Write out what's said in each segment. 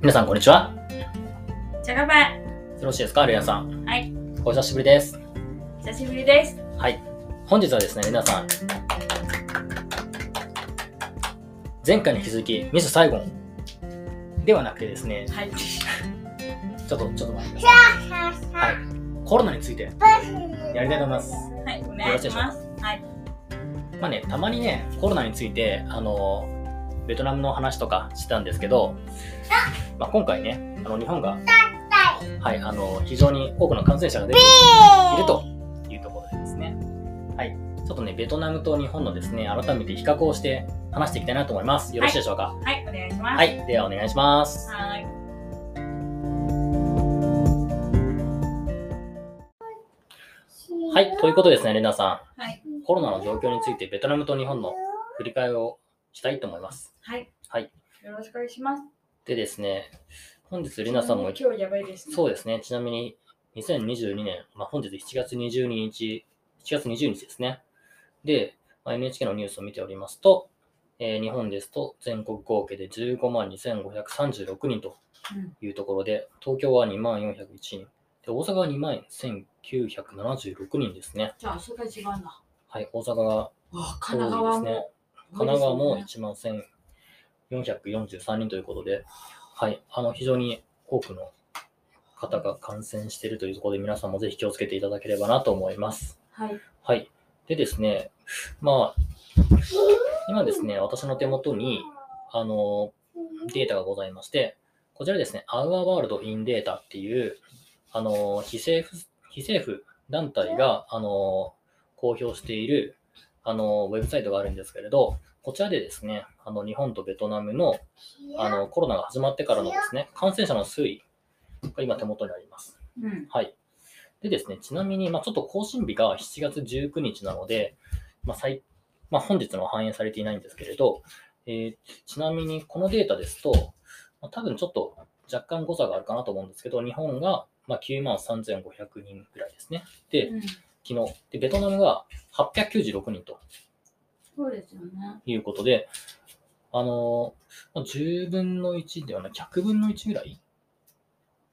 皆さんこんにちは。じゃがばい、よろしいですか、ルヤさん。はい。お久しぶりです。久しぶりです。はい。本日はですね、皆さん。前回に引き続き、ミス・サイゴンではなくてですね、はい。ちょっと、ちょっと待ってください。はい。コロナについてやりたいと思います。はい、お願いします。はい。まあね、たまにね、コロナについて、あの、ベトナムの話とかしてたんですけど、まあ、今回ね、あの日本が、はい、あの、非常に多くの感染者が出ているというところでですね。はい。ちょっとね、ベトナムと日本のですね、改めて比較をして話していきたいなと思います。よろしいでしょうか。はい、お願いします。。はいい。では、お願いします。はーい。はい。ということでですね、レナさはい。ん、コロナの状況についてベトナムと日本の振り返りをしたいと思います。はい。はい。よろしくお願いします。でですね、本日レナさんも、今日やばいです、そうですね、ちなみに2022年、まあ、本日7月22日、7月20日ですね。で、まあ NHK のニュースを見ておりますと、えー日本ですと全国合計で15万2536人とうんいうところで、東京は2万401人、で大阪は2万1976人ですね。じゃあ、それが違うな。はい、大阪があ、多い神で奈川すも。ね。神奈川も1万1443人ということで、はい、あの非常に多くの方が感染しているというところで、皆さんもぜひ気をつけていただければなと思います。はい。はい。でですね、まあ、今ですね、私の手元に、あの、データがございまして、こちらですね、アウアワールドインデータっていう、あの、非政府、非政府団体が、あの、公表している、あの、ウェブサイトがあるんですけれど、こちらでですね、あの、日本とベトナムの、あの、コロナが始まってからのですね、感染者の推移が今手元にあります。うん。はい。でですね、ちなみに、まあ、ちょっと更新日が7月19日なので、まあ最まあ、本日のは反映されていないんですけれど、えーちなみにこのデータですと、まあ、多分ちょっと若干誤差があるかなと思うんですけど、日本がまあ9万3500人ぐらいですね。で、うん昨日。で、ベトナムが896人とそうですよね。いうことで、あのーまあ10分の1ではない、100分の1ぐらい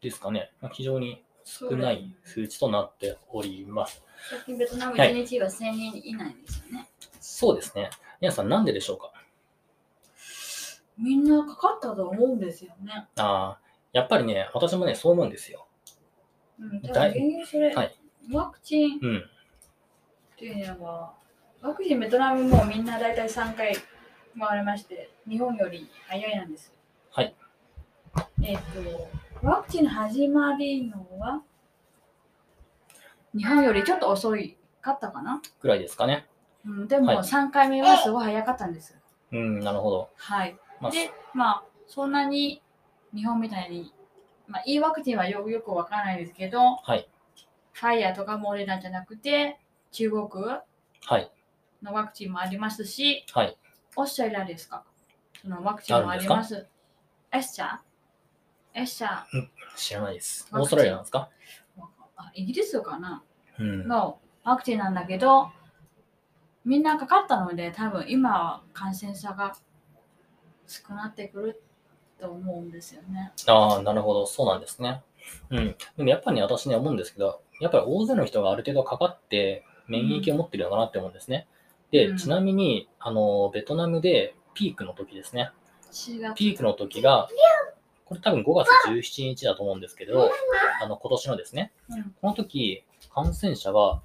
ですかね。まあ、非常に少少ない数値となっております。最近ベトナムはい1日が1000人以内ですよね。そうですね。皆さん、なんででしょうかみんなかかったと思うんですよね。ああ、やっぱりね、私もね、そう思うんですよ。うん。だかだらい原因それ、はいワクチンうん。っていうのは、ワクチンベトナムもみんな大体3回回れまして、日本より早いなんです。はい。えっ、と、ワクチン始まりのは、日本よりちょっと遅いかったかな。ぐらいですかね。うん、ではいも3回目はすごい早かったんです。うん、なるほど。はい。まあ、で、まあ、そんなに日本みたいに、まあ、いいワクチンはよくよくわからないですけど、はい。ファイヤーとかモレラじゃなくて、中国はい。のワクチンもありますし、はい。オーストラリアですかそのワクチンもあります。エッシャーエッシャー知らないです。ワオークチンストラリアなんですかあイギリスかなうん。のワクチンなんだけど、みんなかかったので、多分今は感染者が少なってくると思うんですよね。ああ、なるほど。そうなんですね。うん。でもやっぱりね、私ね、思うんですけど、やっぱり大勢の人がある程度かかって、免疫を持ってるのかなって思うんですね。うで、んちなみに、あの、ベトナムでピークの時ですね。 4月ピークの時が、これ多分5月17日だと思うんですけど、あの今年のですね、うんこの時、感染者は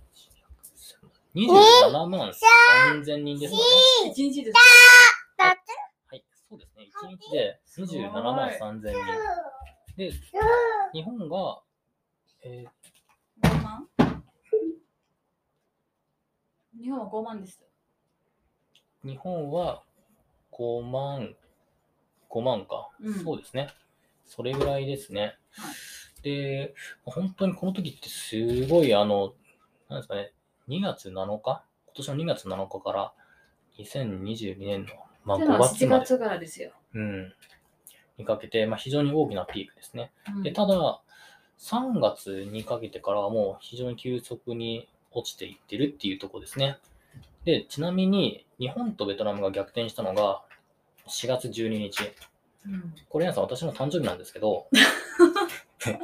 27万3000人ですよね。 1日です。はい、そうですね。1日で27万3000人。で、日本が、えー5万日本は5万です。日本は5万、5万か、うんそうですね。それぐらいですね。はで、本当にこの時ってすごい、あの、なんですかね、2月7日今年の2月7日から2022年の、まあ、っての5は月7まで、月からですよ。うん、にかけて、まあ、非常に大きなピークですね。うんで、ただ、3月にかけてからはもう非常に急速に落ちていってるっていうところですね。で、ちなみに日本とベトナムが逆転したのが4月12日。うんこれ皆さん、私の誕生日なんですけど、でね、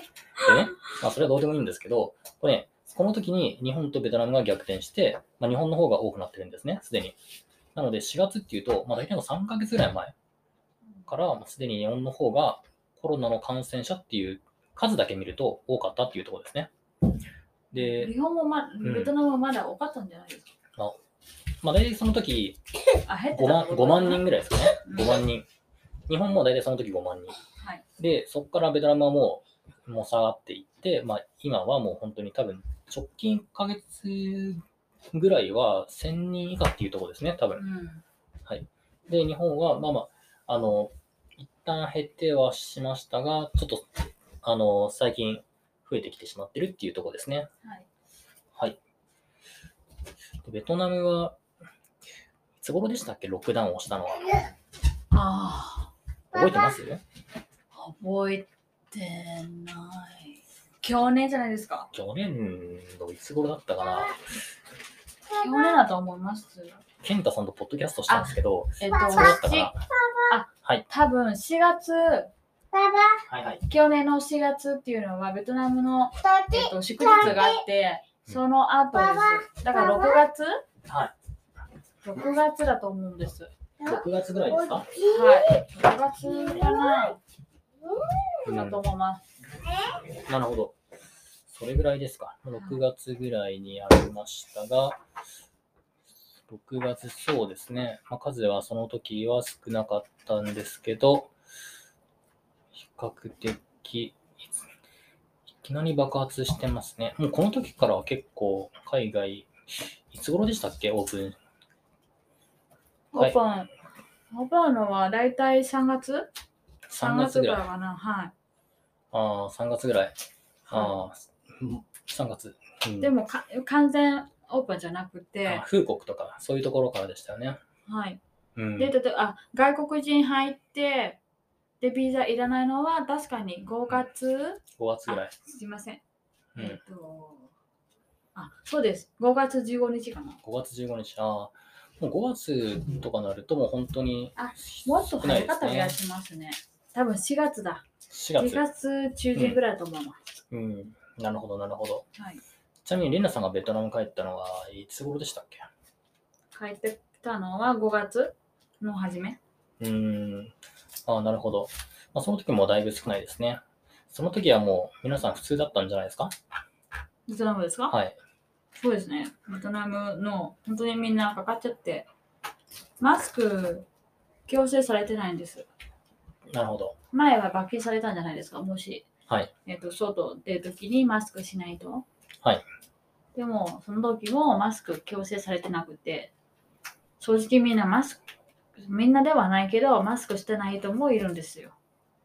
まあ、それはどうでもいいんですけど、これ、ね、この時に日本とベトナムが逆転して、まあ、日本の方が多くなってるんですね、すでに。なので、4月っていうと、まあ、大体の3ヶ月ぐらい前から、もうすでに日本の方がコロナの感染者っていう数だけ見ると多かったっていうところですね。で、日本もま、んベトナムもまだ多かったんじゃないですか。まあ、大体その時あ、減って5た万 ,5 万人ぐらいですかね。うん5万人。日本も大体その時5万人。はい。で、そこからベトナムはもう、もう下がっていって、まあ、今はもう本当に多分、直近1ヶ月ぐらいは1000人以下っていうところですね、多う分。ん。で、日本は、まあまあ、あの、一旦減ってはしましたが、ちょっと、あの、最近増えてきてしまってるっていうところですね。はい。はい。ベトナムは、いつ頃でしたっけ、ロックダウンをしたのは。あ覚えてますあ、覚えてない。去年じゃないですか。去年のいつ頃だったかな。去年だと思います。健太さんとポッドキャストしたんですけど、えっと、そうだったかしな。多分4月、はいはい。去年の4月っていうのはベトナムの、えっと、祝日があって、うんその後です。だから6月はい。 ?6 月だと思うんです。は6月ぐらいですか、い。6月かなうん、だと思います。なるほど。それぐらいですか。6月ぐらいにありましたが、6月そうですね。まあ、数はその時は少なかったんですけど、比較的、いついきなり爆発してますね。もうこの時からは結構海外、いつ頃でしたっけオープン。オはいープン。オープンのは大体3月3月ぐらい。かな。はい。ああ、3月ぐらい。ああ、3月。うんでもか完全オープンじゃなくてあ、風国とか、そういうところからでしたよね。はい。うん。で、例えばあ外国人入って、で、ビザいらないのは確かに5月、 5月ぐらい。すいません。うえん。っと、あ、そうです。5月15日かな。 5月15日。ああ、もう5月とかなると、もう本当にあ少もっとないで早かっすた気がね。しますね。多分4月だ。 4 4月。月中旬ぐらいだと思いまうん。なるほど、なるほど。す。はい。ちなみに、レナさんがベトナム帰ったのはいつ頃でしたっけ帰ってきたのは5月の初め。うーん。ああ、なるほど。まあ、その時もだいぶ少ないですね。その時はもう皆さん普通だったんじゃないですかベトナムですかはい。そうですね。ベトナムの本当にみんなかかっちゃって、マスク強制されてないんです。なるほど。前は罰金されたんじゃないですか、もし、はいえっと外出るときにマスクしないと。はいでも、その時もマスク強制されてなくて、正直みんなマスク、みんなではないけど、マスクしてない人もいるんですよ。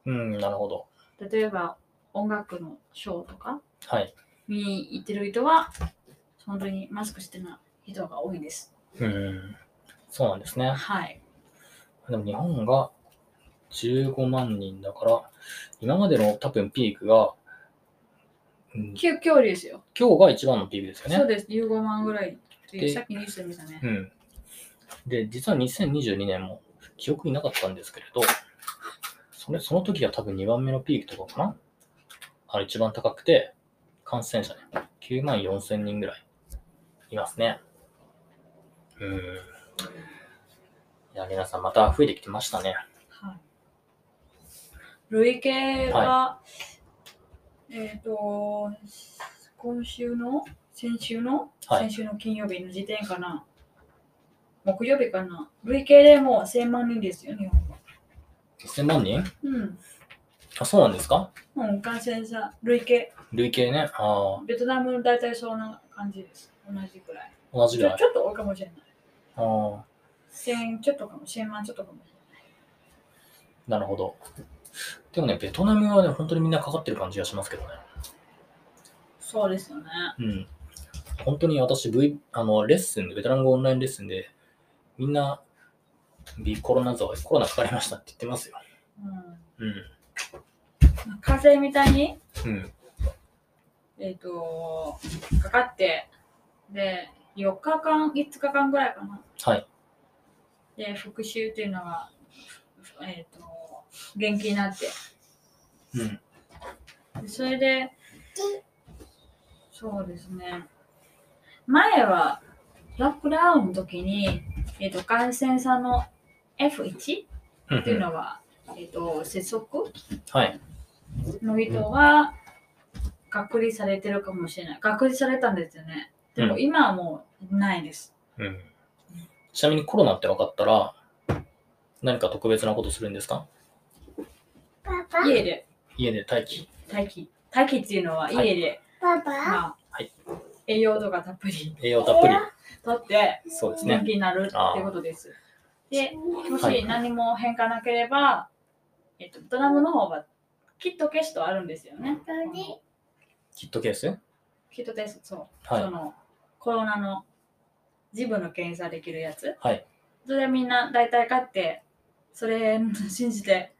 うん、なるほど。例えば、音楽のショーとかはい。に行ってる人は、本当にマスクしてない人が多いです。うん。そうなんですね。はい。でも日本が15万人だから、今までの多分ピークが、うん急遽ですよ。今日が一番のピークですよそうね。です、15万ぐらいってでさっきニュースで見たね。うん。で、実は2022年も記憶になかったんですけれど、それその時が多分2番目のピークとかかなあれ一番高くて、感染者ね、9万4千人ぐらいいますね。うん。いや、皆さんまた増えてきてましたね。はい。累計は、えっ、と、今週の、先週の、はい先週の金曜日の時点かな、木曜日かな、累計でもう1000万人ですよ、日本は。 1000万人うん。あ、そうなんですかもう感染者、累計、累計ね。ああ、ベトナム大体そんな感じです。同じくらい。同じちぐらょい。ちょっと多いかもしれない。ああ、 1000ちょっとかも、1000万ちょっとかもしれない。なるほど。でもね、ベトナムはね、本当にみんなかかってる感じがしますけどね。そうですよね。うん。本当に私、v、あのレッスンで、ベトナム語オンラインレッスンで、みんな、ビコロナゾコロナかかりましたって言ってますよ。う。うん風邪みたいにん。うん。えっ、と、かかって、で、4日間、5日間ぐらいかな。はい。で、復習っていうのが、ふえっ、と、元気になって。うん。それで、そうですね。前は、ロックダウンの時に、えっ、と、感染者の F1 うんっていうのは、えっ、と、接触はい。の人が隔離されてるかもしれない。隔離されたんですよね。でうもん今はもうないです。うん。ちなみにコロナって分かったら、何か特別なことするんですか爸爸，家で家で待機。待機。待機っていうのは家で、爸爸，まあ、はい栄養とかたっぷり栄養たっぷり。とってそうです元ね。気になるっていうことです。で、もはしい何も変化なければ、えっと、ベトナムの方はキットテストあるんですよね。キットケースキットテスト、そう。はそい。のコロナの自分の検査できるやつ。はい。それみんな大体買って、それ信じて、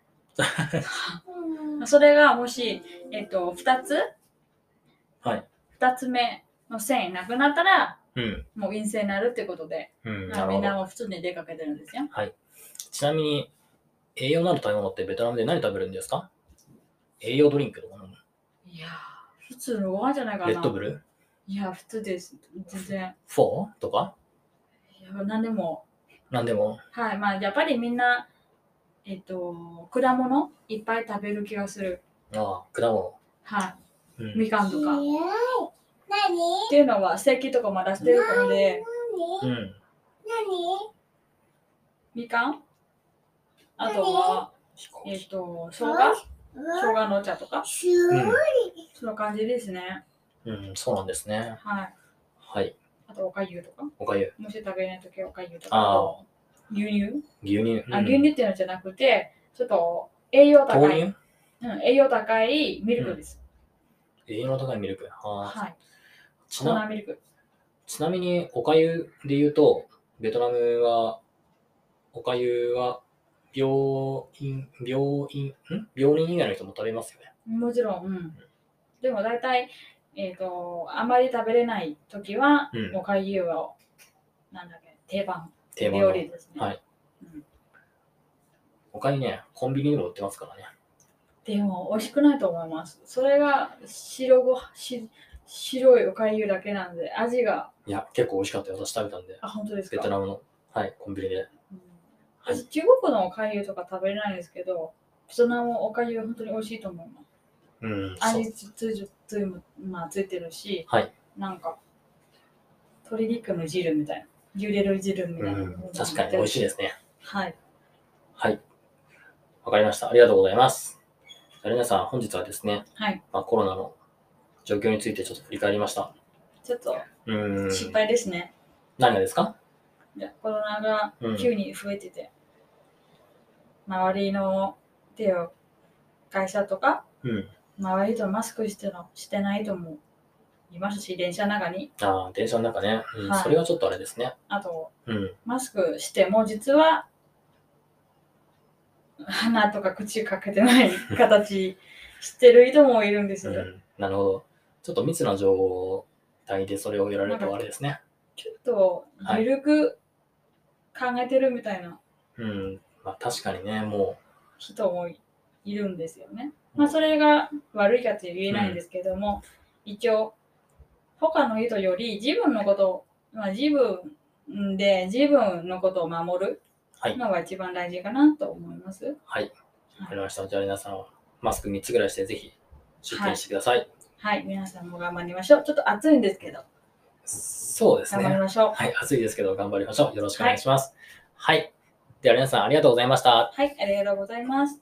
それがもし、えっと、2つ、はい。 2つ目の線なくなったら、うん。もう陰性になるってことで、うん。まなあるみほんなど。も普通に出かけてるんですよ。ちなみに、栄養のある食べ物ってベトナムで何食べるんですか栄養ドリンクとか飲むいやー、普通のご飯じゃないかな。レッドブルいや、普通です。全然。フォーとかいや何でも。何でも。はい。まあ、やっぱりみんな、えっと、果物いっぱい食べる気がする。ああ、果物。はうい。みん。かんとか。っ那你，ていうのは、正規とかまだしてるので、那う你，ん。那你，みかんあとは、えっと、生姜生姜のお茶とか。修うん。その感じですね。うん、そうなんですね。はい。はい。あと、おかゆとか。おかゆ。もし食べないときはおかゆとあか。牛乳牛乳。あ、うん牛乳っていうのじゃなくて、ちょっと栄養高豆い。乳うん、栄養高いミルクです。栄養の高いミルク。ああはい。ちコなーナーミルク。ちなみに、おかゆで言うと、ベトナムは、おかゆは、病院、病院、ん病人以外の人も食べますよね。もちろん、うん。でも大体、えっ、と、あまり食べれないときは、うんおかゆは、なんだっけ、定番、定番料の。理ですね。はいおかゆね、コンビニにも売ってますからね。でも、美味しくないと思います。それが白ご飯し、白いおかゆだけなんで、味が、いや、結構美味しかったよ。私食べたんで。あ、本当ですベか。トナムの、はい、コンビニで。うんはい私、中国のおかゆとか食べれないんですけど、ベトナムのおかゆは本当に美味しいと思います。うん、そう。味つつつつむまあ、ついてるし、はいなんか鶏肉の汁みたいな茹でる汁みたういな、ん、確かに美味しいいですね。はいはい。わかりました。ありがとうございます。じゃあ皆さん、本日はですね、はいまあ、コロナの状況についてちょっと振り返りました。ちょっとうーん。失敗ですね、何がですかいやコロナがうん。急に増えてて、周りの手を会社とかうん。周りとマスクしてのしてない人もいますし電車の中にああ、電車の中ね、うんはいそれはちょっとあれですね。あとうん。マスクしても実は鼻とか口かけてない形してる人もいるんですうよ。ん。なるほど。ちょっと密な情報体でそれを得られるとあれですね。ちょっとはいゆるく考えてるみたいなうん。まあ確かにね、も人もいるんですよね。まあそれが悪いかとは言えないんですけども、一応他の人より自分のことを、まあ、自分で自分のことを守るのが一番大事かなと思います。う、はい。わかりました。じゃあ皆さん、マスク3つぐらいして、ぜひ、出勤してください。はい、皆さんも頑張りましょう。ちょっと暑いんですけど、そうです頑張りね。ましょう。はい。暑いですけど、頑張りましょう。よろしくお願いします。はい。では皆さん、ありがとうございました。はい、ありがとうございます。